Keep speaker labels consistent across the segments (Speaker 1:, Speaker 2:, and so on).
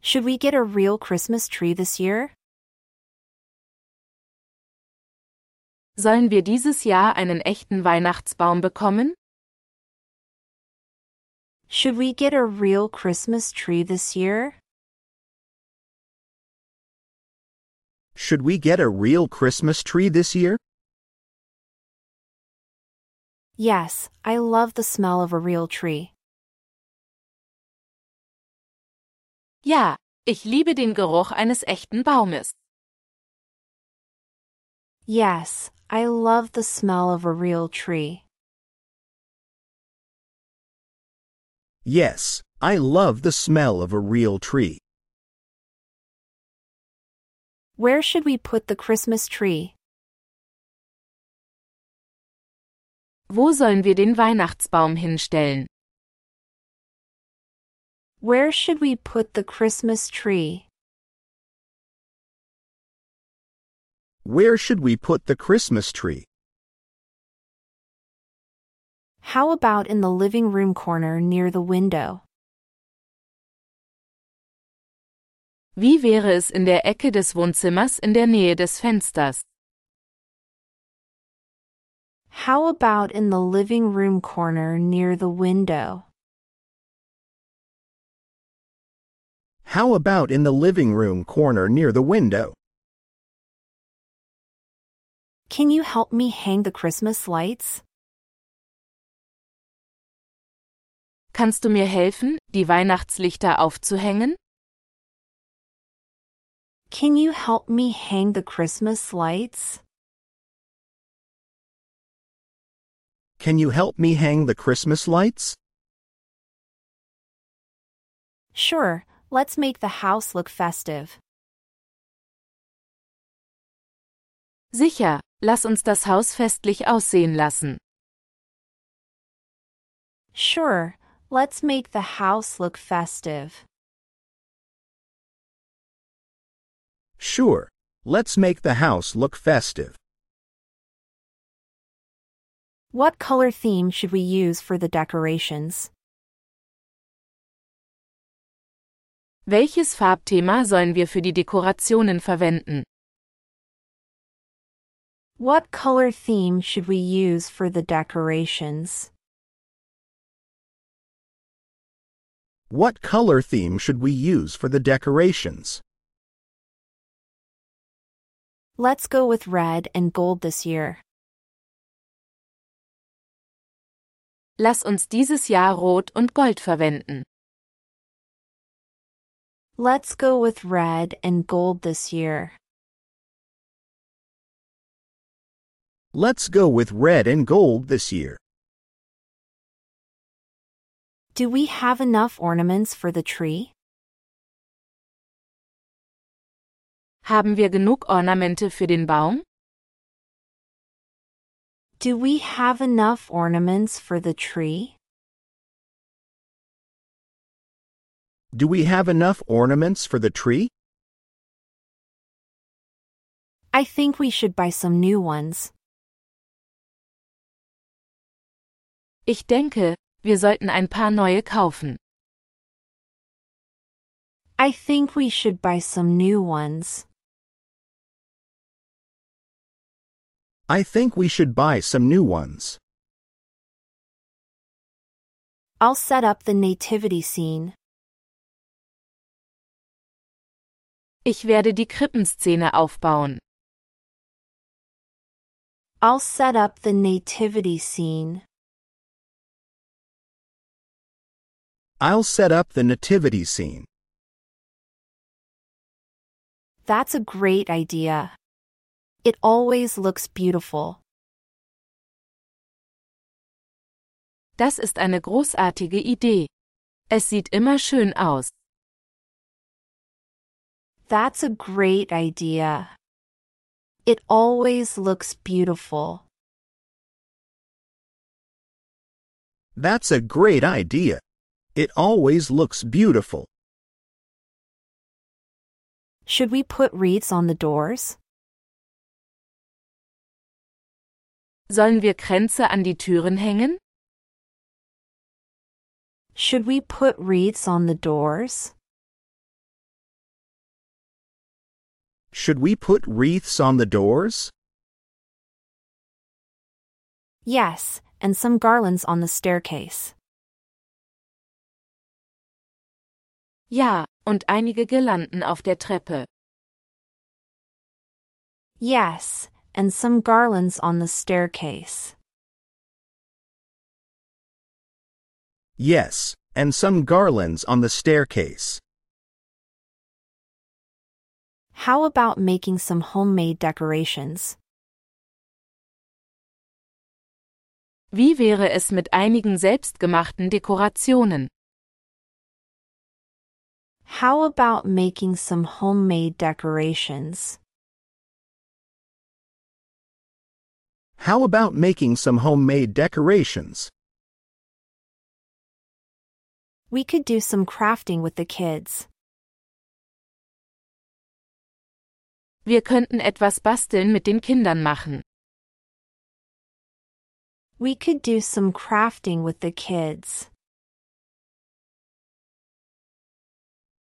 Speaker 1: Should we get a real Christmas tree this year?
Speaker 2: Sollen wir dieses Jahr einen echten Weihnachtsbaum bekommen?
Speaker 1: Should we get a real Christmas tree this year?
Speaker 3: Should we get a real Christmas tree this year?
Speaker 1: Yes, I love the smell of a real tree.
Speaker 2: Ja, ich liebe den Geruch eines echten Baumes.
Speaker 1: Yes, I love the smell of a real tree.
Speaker 3: Yes, I love the smell of a real tree.
Speaker 1: Where should we put the Christmas tree?
Speaker 2: Wo sollen wir den Weihnachtsbaum hinstellen?
Speaker 1: Where should we put the Christmas tree?
Speaker 3: Where should we put the Christmas tree?
Speaker 1: How about in the living room corner near the window?
Speaker 2: Wie wäre es in der Ecke des Wohnzimmers in der Nähe des Fensters?
Speaker 1: How about in the living room corner near the window?
Speaker 3: How about in the living room corner near the window?
Speaker 1: Can you help me hang the Christmas lights?
Speaker 2: Kannst du mir helfen, die Weihnachtslichter aufzuhängen?
Speaker 1: Can you help me hang the Christmas lights?
Speaker 3: Can you help me hang the Christmas lights?
Speaker 1: Sure, let's make the house look festive.
Speaker 2: Sicher, lass uns das Haus festlich aussehen lassen.
Speaker 1: Sure, let's make the house look festive.
Speaker 3: Sure. Let's make the house look festive.
Speaker 1: What color theme should we use for the decorations?
Speaker 2: Welches Farbthema sollen wir für die Dekorationen verwenden?
Speaker 1: What color theme should we use for the decorations?
Speaker 3: What color theme should we use for the decorations?
Speaker 1: Let's go with red and gold this year.
Speaker 2: Lass uns dieses Jahr Rot und Gold verwenden.
Speaker 1: Let's go with red and gold this year.
Speaker 3: Let's go with red and gold this year.
Speaker 1: Do we have enough ornaments for the tree?
Speaker 2: Haben wir genug Ornamente für den Baum?
Speaker 1: Do we have enough ornaments for the tree?
Speaker 3: Do we have enough ornaments for the tree?
Speaker 1: I think we should buy some new ones.
Speaker 2: Ich denke, wir sollten ein paar neue kaufen.
Speaker 1: I think we should buy some new ones.
Speaker 3: I think we should buy some new ones.
Speaker 1: I'll set up the nativity scene.
Speaker 2: Ich werde die Krippenszene aufbauen.
Speaker 1: I'll set up the nativity scene.
Speaker 3: I'll set up the nativity scene.
Speaker 1: That's a great idea. It always looks beautiful.
Speaker 2: Das ist eine großartige Idee. Es sieht immer schön aus.
Speaker 1: That's a great idea. It always looks beautiful.
Speaker 3: That's a great idea. It always looks beautiful.
Speaker 1: Should we put wreaths on the doors?
Speaker 2: Sollen wir Kränze an die Türen hängen?
Speaker 1: Should we put wreaths on the doors?
Speaker 3: Should we put wreaths on the doors?
Speaker 1: Yes, and some garlands on the staircase.
Speaker 2: Ja, und einige Girlanden auf der Treppe.
Speaker 1: Yes, and some garlands on the staircase.
Speaker 3: Yes, and some garlands on the staircase.
Speaker 1: How about making some homemade decorations?
Speaker 2: Wie wäre es mit einigen selbstgemachten Dekorationen?
Speaker 1: How about making some homemade decorations?
Speaker 3: How about making some homemade decorations?
Speaker 1: We could do some crafting with the kids.
Speaker 2: Wir könnten etwas basteln mit den Kindern machen.
Speaker 1: We could do some crafting with the kids.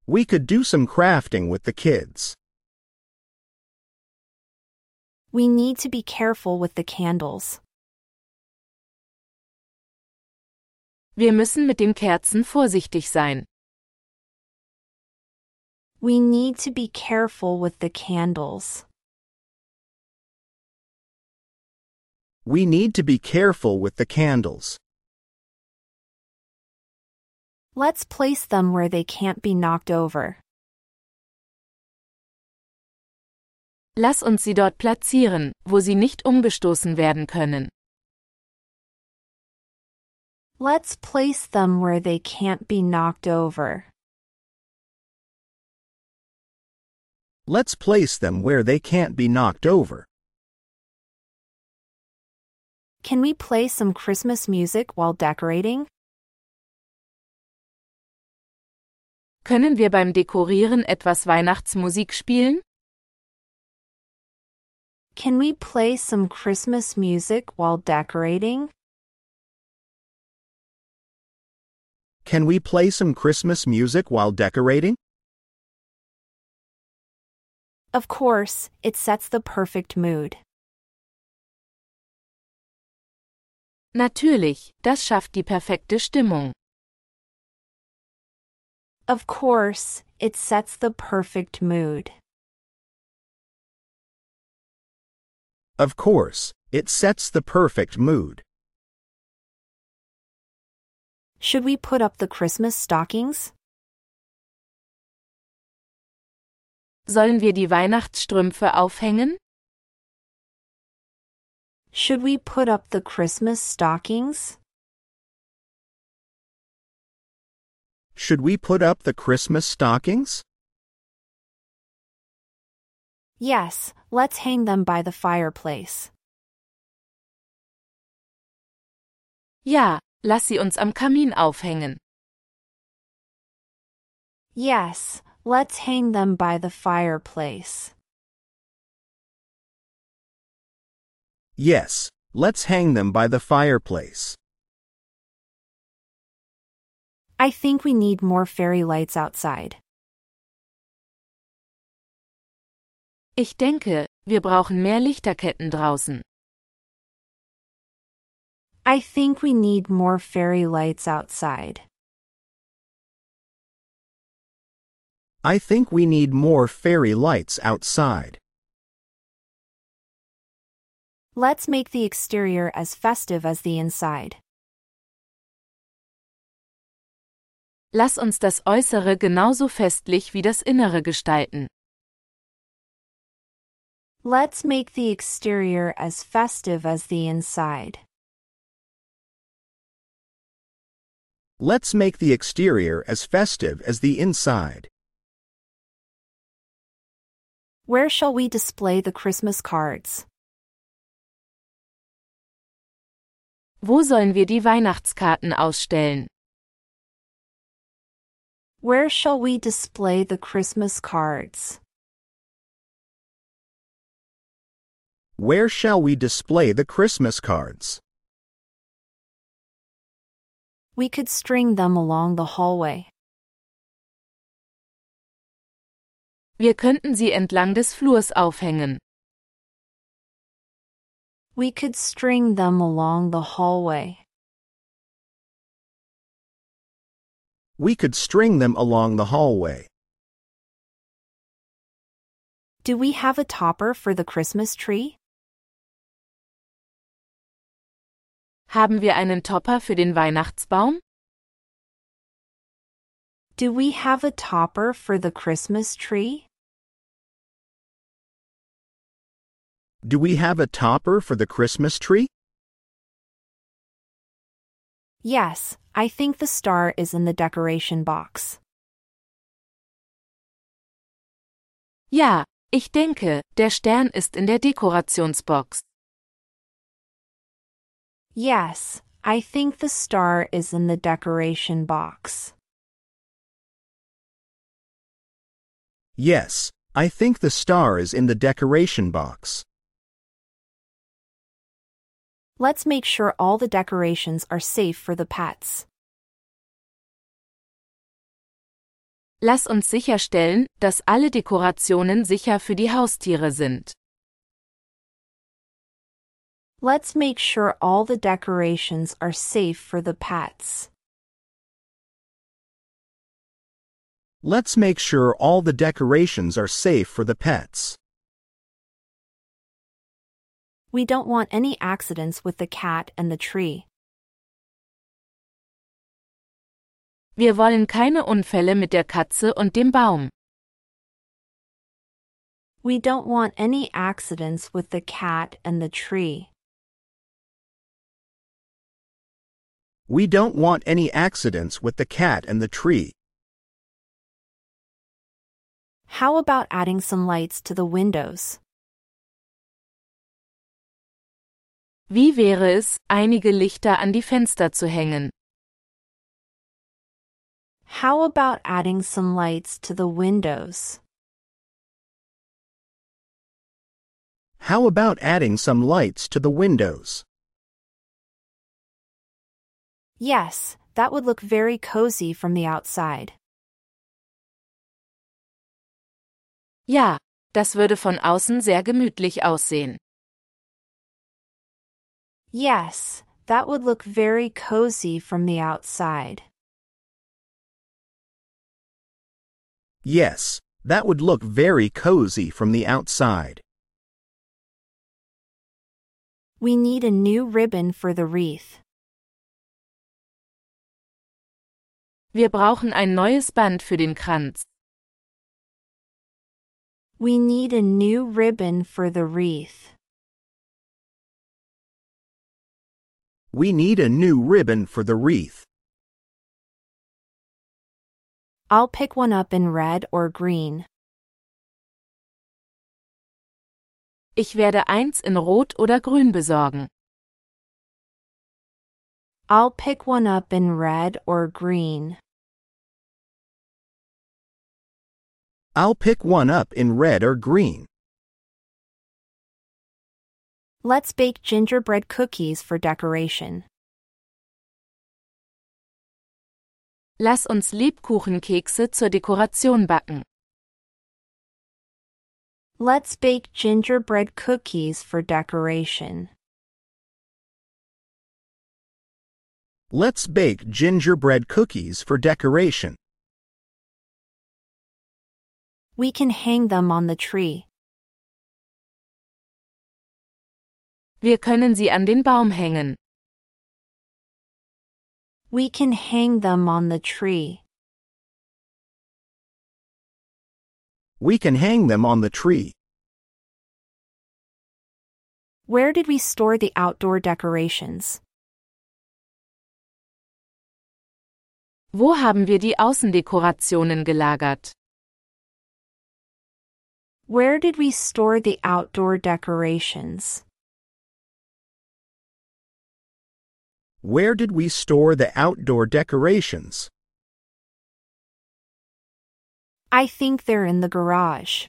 Speaker 3: We could do some crafting with the kids.
Speaker 1: We need to be careful with the candles.
Speaker 2: Wir müssen mit den Kerzen vorsichtig sein.
Speaker 1: We need to be careful with the candles.
Speaker 3: We need to be careful with the candles.
Speaker 1: Let's place them where they can't be knocked over.
Speaker 2: Lass uns sie dort platzieren, wo sie nicht umgestoßen werden können.
Speaker 1: Let's place them where they can't be knocked over.
Speaker 3: Let's place them where they can't be knocked over.
Speaker 1: Can we play some Christmas music while decorating?
Speaker 2: Können wir beim Dekorieren etwas Weihnachtsmusik spielen?
Speaker 1: Can we play some Christmas music while decorating?
Speaker 3: Can we play some Christmas music while decorating?
Speaker 1: Of course, it sets the perfect mood.
Speaker 2: Natürlich, das schafft die perfekte Stimmung.
Speaker 1: Of course, it sets the perfect mood.
Speaker 3: Of course, it sets the perfect mood.
Speaker 1: Should we put up the Christmas stockings?
Speaker 2: Sollen wir die Weihnachtsstrümpfe aufhängen?
Speaker 1: Should we put up the Christmas stockings?
Speaker 3: Should we put up the Christmas stockings?
Speaker 1: Yes, let's hang them by the fireplace.
Speaker 2: Ja, lass sie uns am Kamin aufhängen.
Speaker 1: Yes, let's hang them by the fireplace.
Speaker 3: Yes, let's hang them by the fireplace.
Speaker 1: I think we need more fairy lights outside.
Speaker 2: Ich denke, wir brauchen mehr Lichterketten draußen.
Speaker 1: I think we need more fairy lights outside.
Speaker 3: I think we need more fairy lights outside.
Speaker 1: Let's make the exterior as festive as the inside.
Speaker 2: Lass uns das Äußere genauso festlich wie das Innere gestalten.
Speaker 1: Let's make the exterior as festive as the inside.
Speaker 3: Let's make the exterior as festive as the inside.
Speaker 1: Where shall we display the Christmas cards?
Speaker 2: Wo sollen wir die Weihnachtskarten ausstellen?
Speaker 1: Where shall we display the Christmas cards?
Speaker 3: Where shall we display the Christmas cards?
Speaker 1: We could string them along the hallway.
Speaker 2: Wir könnten sie entlang des Flurs aufhängen.
Speaker 1: We could string them along the hallway.
Speaker 3: We could string them along the hallway.
Speaker 1: Do we have a topper for the Christmas tree?
Speaker 2: Haben wir einen Topper für den Weihnachtsbaum?
Speaker 1: Do we have a topper for the Christmas tree?
Speaker 3: Do we have a topper for the Christmas tree?
Speaker 1: Yes, I think the star is in the decoration box.
Speaker 2: Ja, ich denke, der Stern ist in der Dekorationsbox.
Speaker 1: Yes, I think the star is in the decoration box.
Speaker 3: Yes, I think the star is in the decoration box.
Speaker 1: Let's make sure all the decorations are safe for the pets.
Speaker 2: Lass uns sicherstellen, dass alle Dekorationen sicher für die Haustiere sind.
Speaker 1: Let's make sure all the decorations are safe for the pets.
Speaker 3: Let's make sure all the decorations are safe for the pets.
Speaker 1: We don't want any accidents with the cat and the tree.
Speaker 2: Wir wollen keine Unfälle mit der Katze und dem Baum.
Speaker 1: We don't want any accidents with the cat and the tree.
Speaker 3: We don't want any accidents with the cat and the tree.
Speaker 1: How about adding some lights to the windows?
Speaker 2: Wie wäre es, einige Lichter an die Fenster zu hängen?
Speaker 1: How about adding some lights to the windows?
Speaker 3: How about adding some lights to the windows?
Speaker 1: Yes, that would look very cozy from the outside.
Speaker 2: Ja, das würde von außen sehr gemütlich aussehen.
Speaker 1: Yes, that would look very cozy from the outside.
Speaker 3: Yes, that would look very cozy from the outside.
Speaker 1: We need a new ribbon for the wreath.
Speaker 2: Wir brauchen ein neues Band für den Kranz.
Speaker 1: We need a new ribbon for the wreath.
Speaker 3: We need a new ribbon for the wreath.
Speaker 1: I'll pick one up in red or green.
Speaker 2: Ich werde eins in Rot oder Grün besorgen.
Speaker 1: I'll pick one up in red or green.
Speaker 3: I'll pick one up in red or green.
Speaker 1: Let's bake gingerbread cookies for decoration.
Speaker 2: Lass uns Lebkuchenkekse zur Dekoration backen.
Speaker 1: Let's bake gingerbread cookies for decoration.
Speaker 3: Let's bake gingerbread cookies for decoration.
Speaker 1: We can hang them on the tree.
Speaker 2: Wir können sie an den Baum hängen.
Speaker 1: We can hang them on the tree.
Speaker 3: We can hang them on the tree.
Speaker 1: Where did we store the outdoor decorations?
Speaker 2: Wo haben wir die Außendekorationen gelagert?
Speaker 1: Where did we store the outdoor decorations?
Speaker 3: Where did we store the outdoor decorations?
Speaker 1: I think they're in the garage.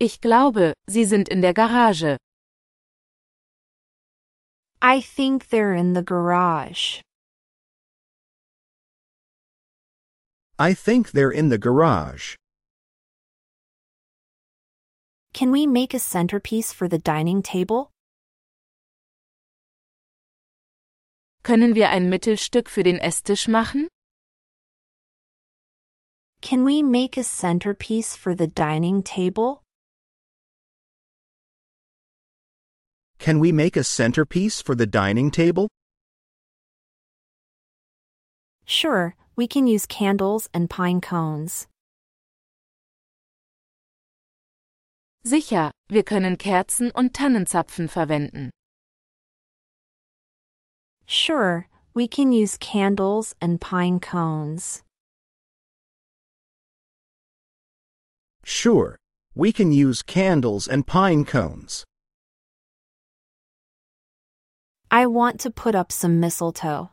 Speaker 2: Ich glaube, sie sind in der Garage.
Speaker 1: I think they're in the garage.
Speaker 3: I think they're in the garage.
Speaker 1: Can we make a centerpiece for the dining table?
Speaker 2: Können wir ein Mittelstück für den Esstisch machen?
Speaker 1: Can we make a centerpiece for the dining table?
Speaker 3: Can we make a centerpiece for the dining table?
Speaker 1: Sure, we can use candles and pine cones.
Speaker 2: Sicher, wir können Kerzen und Tannenzapfen verwenden.
Speaker 1: Sure, we can use candles and pine cones.
Speaker 3: Sure. We can use candles and pine cones.
Speaker 1: I want to put up some mistletoe.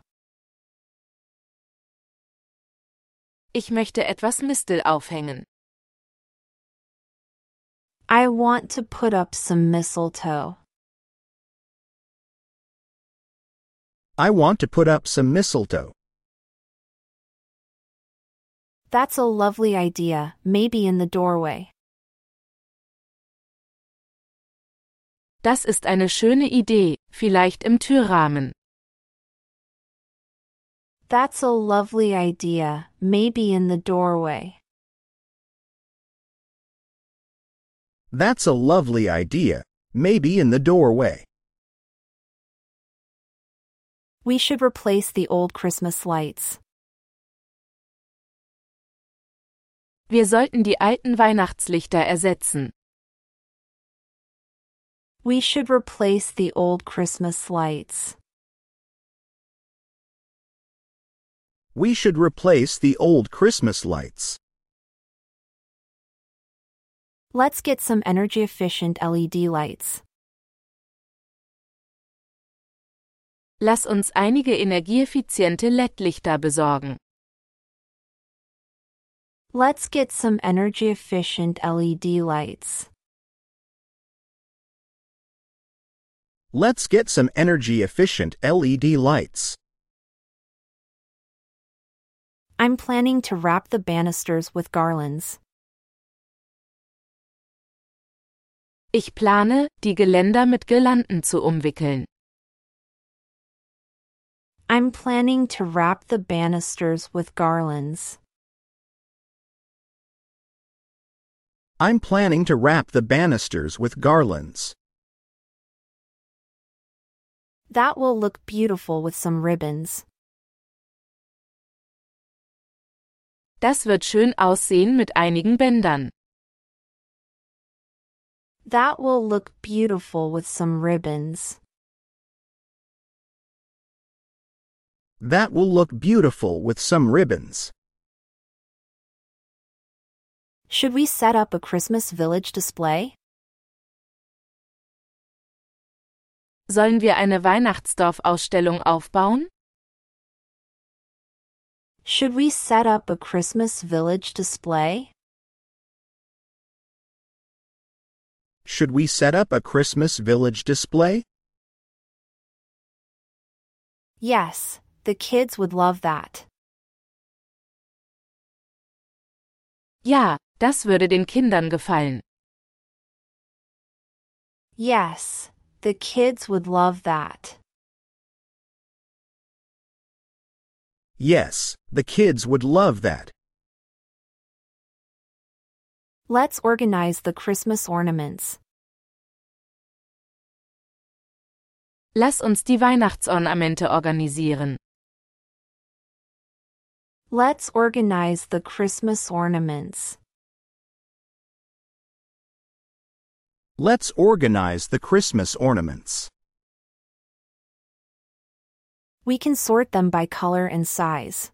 Speaker 2: Ich möchte etwas Mistel aufhängen.
Speaker 1: I want to put up some mistletoe.
Speaker 3: I want to put up some mistletoe.
Speaker 1: That's a lovely idea, maybe in the doorway.
Speaker 2: Das ist eine schöne Idee, vielleicht im Türrahmen.
Speaker 1: That's a lovely idea, maybe in the doorway.
Speaker 3: That's a lovely idea. Maybe in the doorway.
Speaker 1: We should replace the old Christmas lights.
Speaker 2: Wir sollten die alten Weihnachtslichter ersetzen.
Speaker 1: We should replace the old Christmas lights.
Speaker 3: We should replace the old Christmas lights.
Speaker 1: Let's get some energy efficient LED lights.
Speaker 2: Lass uns einige energieeffiziente LED-Lichter besorgen.
Speaker 1: Let's get some energy efficient LED lights.
Speaker 3: Let's get some energy efficient LED lights.
Speaker 1: I'm planning to wrap the banisters with garlands.
Speaker 2: Ich plane, die Geländer mit Girlanden zu umwickeln.
Speaker 1: I'm planning to wrap the banisters with garlands.
Speaker 3: I'm planning to wrap the banisters with garlands.
Speaker 1: That will look beautiful with some ribbons.
Speaker 2: Das wird schön aussehen mit einigen Bändern.
Speaker 1: That will look beautiful with some ribbons.
Speaker 3: That will look beautiful with some ribbons.
Speaker 1: Should we set up a Christmas village display?
Speaker 2: Sollen wir eine Weihnachtsdorfausstellung aufbauen?
Speaker 1: Should we set up a Christmas village display?
Speaker 3: Should we set up a Christmas village display?
Speaker 1: Yes, the kids would love that.
Speaker 2: Ja, das würde den Kindern gefallen.
Speaker 1: Yes, the kids would love that.
Speaker 3: Yes, the kids would love that.
Speaker 1: Let's organize the Christmas ornaments.
Speaker 2: Lass uns die Weihnachtsornamente organisieren.
Speaker 1: Let's organize the Christmas ornaments.
Speaker 3: Let's organize the Christmas ornaments.
Speaker 1: We can sort them by color and size.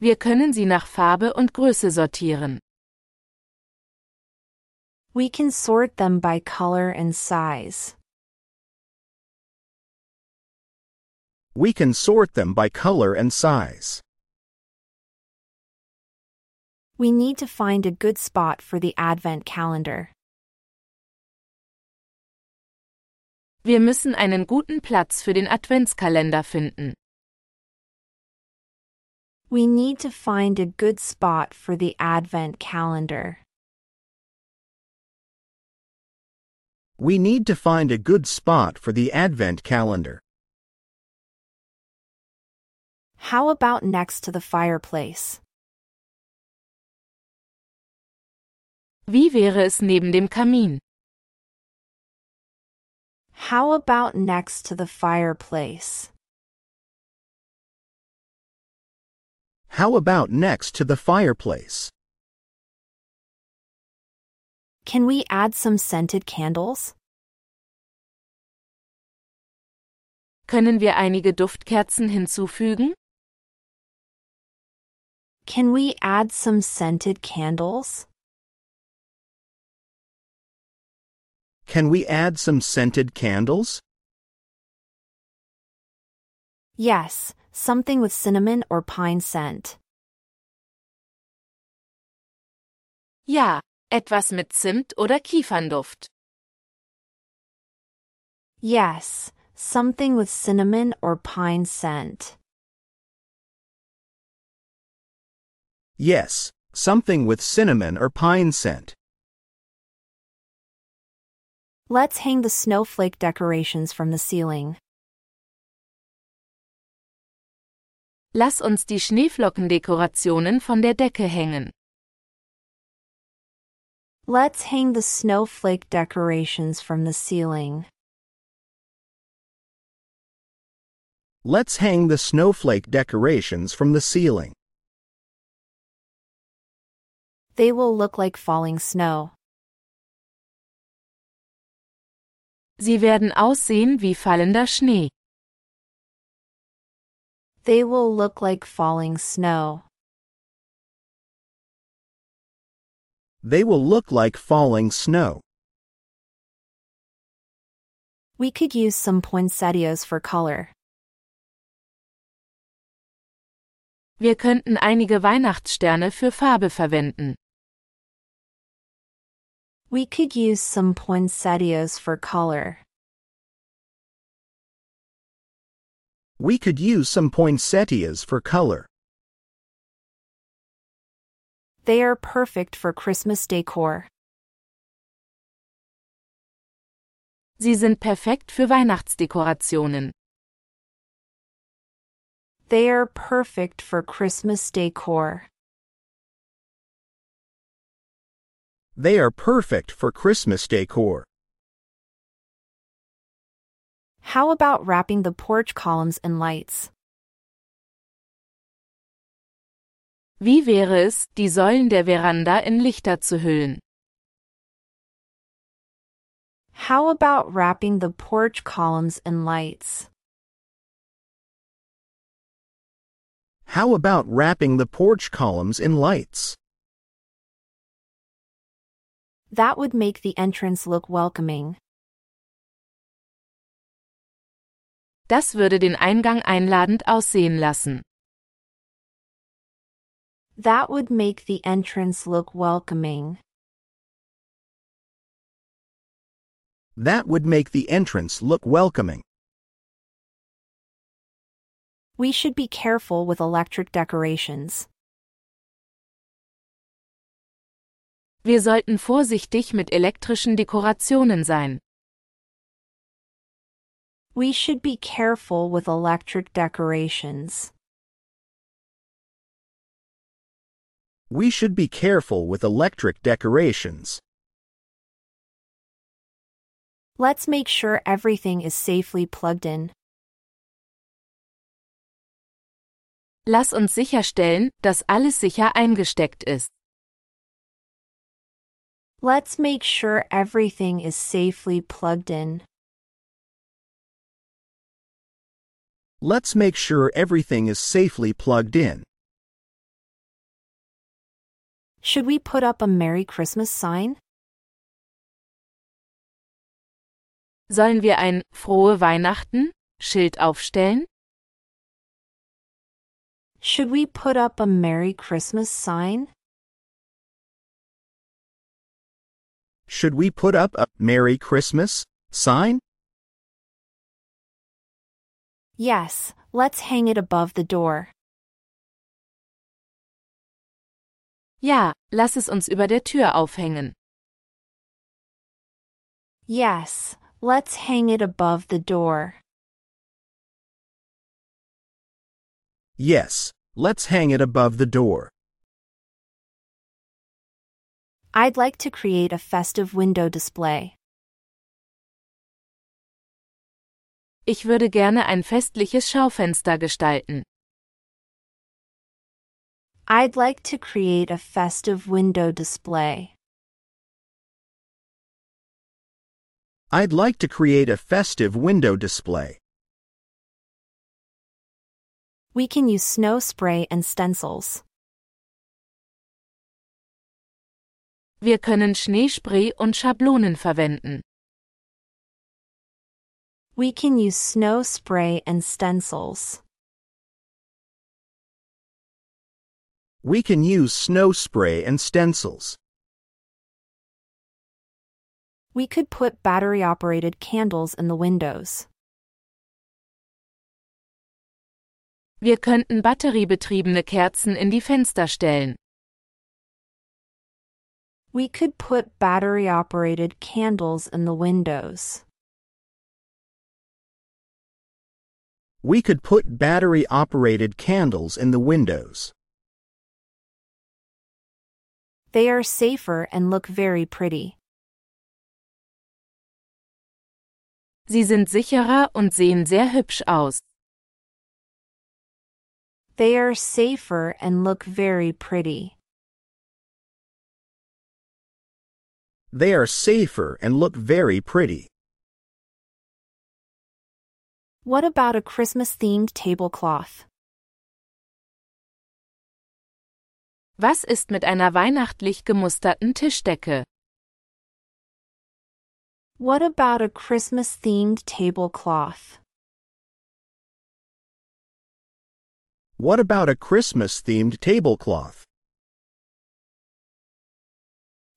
Speaker 2: Wir können sie nach Farbe und Größe sortieren.
Speaker 1: We can sort them by color and size.
Speaker 3: We can sort them by color and size.
Speaker 1: We need to find a good spot for the advent calendar.
Speaker 2: Wir müssen einen guten Platz für den Adventskalender finden.
Speaker 1: We need to find a good spot for the advent calendar.
Speaker 3: We need to find a good spot for the advent calendar.
Speaker 1: How about next to the fireplace?
Speaker 2: Wie wäre es neben dem Kamin?
Speaker 1: How about next to the fireplace?
Speaker 3: How about next to the fireplace?
Speaker 1: Can we add some scented candles?
Speaker 2: Können wir einige Duftkerzen hinzufügen?
Speaker 1: Can we add some scented candles?
Speaker 3: Can we add some scented candles?
Speaker 1: Yes, something with cinnamon or pine scent.
Speaker 2: Ja, etwas mit Zimt oder Kiefernduft.
Speaker 1: Yes, something with cinnamon or pine scent.
Speaker 3: Yes, something with cinnamon or pine scent.
Speaker 1: Let's hang the snowflake decorations from the ceiling.
Speaker 2: Lass uns die Schneeflockendekorationen von der Decke hängen.
Speaker 1: Let's hang the snowflake decorations from the ceiling.
Speaker 3: Let's hang the snowflake decorations from the ceiling.
Speaker 1: They will look like falling snow.
Speaker 2: Sie werden aussehen wie fallender Schnee.
Speaker 1: They will look like falling snow.
Speaker 3: They will look like falling snow.
Speaker 1: We could use some poinsettias for color.
Speaker 2: Wir könnten einige Weihnachtssterne für Farbe verwenden.
Speaker 1: We could use some poinsettias for color.
Speaker 3: We could use some poinsettias for color.
Speaker 1: They are perfect for Christmas decor.
Speaker 2: Sie sind perfekt für Weihnachtsdekorationen.
Speaker 1: They are perfect for Christmas decor.
Speaker 3: They are perfect for Christmas decor.
Speaker 1: How about wrapping the porch columns in lights?
Speaker 2: Wie wäre es, die Säulen der Veranda in Lichter zu hüllen?
Speaker 1: How about wrapping the porch columns in lights?
Speaker 3: How about wrapping the porch columns in lights?
Speaker 1: That would make the entrance look welcoming.
Speaker 2: Das würde den Eingang einladend aussehen lassen.
Speaker 1: That would make the entrance look welcoming.
Speaker 3: That would make the entrance look welcoming.
Speaker 1: We should be careful with electric decorations.
Speaker 2: Wir sollten vorsichtig mit elektrischen Dekorationen sein.
Speaker 1: We should be careful with electric decorations.
Speaker 3: We should be careful with electric decorations.
Speaker 1: Let's make sure everything is safely plugged in.
Speaker 2: Lass uns sicherstellen, dass alles sicher eingesteckt ist.
Speaker 1: Let's make sure everything is safely plugged in.
Speaker 3: Let's make sure everything is safely plugged in.
Speaker 1: Should we put up a Merry Christmas sign?
Speaker 2: Sollen wir ein Frohe Weihnachten Schild aufstellen?
Speaker 1: Should we put up a Merry Christmas sign?
Speaker 3: Should we put up a Merry Christmas sign?
Speaker 1: Yes, let's hang it above the door.
Speaker 2: Ja, lass es uns über der Tür aufhängen.
Speaker 1: Yes, let's hang it above the door.
Speaker 3: Yes, let's hang it above the door.
Speaker 1: I'd like to create a festive window display.
Speaker 2: Ich würde gerne ein festliches Schaufenster gestalten.
Speaker 1: I'd like to create a festive window display.
Speaker 3: I'd like to create a festive window display.
Speaker 1: We can use snow spray and stencils.
Speaker 2: Wir können Schneespray und Schablonen verwenden.
Speaker 1: We can use snow spray and stencils.
Speaker 3: We can use snow spray and stencils.
Speaker 1: We could put battery operated candles in the windows.
Speaker 2: Wir könnten batteriebetriebene Kerzen in die Fenster stellen.
Speaker 1: We could put battery operated candles in the windows.
Speaker 3: We could put battery operated candles in the windows.
Speaker 1: They are safer and look very pretty.
Speaker 2: Sie sind sicherer und sehen sehr hübsch aus.
Speaker 1: They are safer and look very pretty.
Speaker 3: They are safer and look very pretty.
Speaker 1: What about a Christmas themed tablecloth?
Speaker 2: Was ist mit einer weihnachtlich gemusterten Tischdecke?
Speaker 1: What about a Christmas themed tablecloth?
Speaker 3: What about a Christmas themed tablecloth?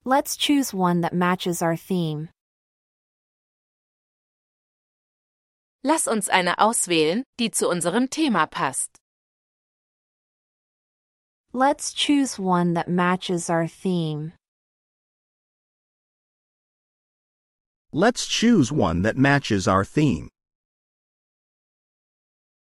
Speaker 1: Let's choose one that matches our theme.
Speaker 2: Lass uns eine auswählen, die zu unserem Thema passt.
Speaker 1: Let's choose one that matches our theme.
Speaker 3: Let's choose one that matches our theme.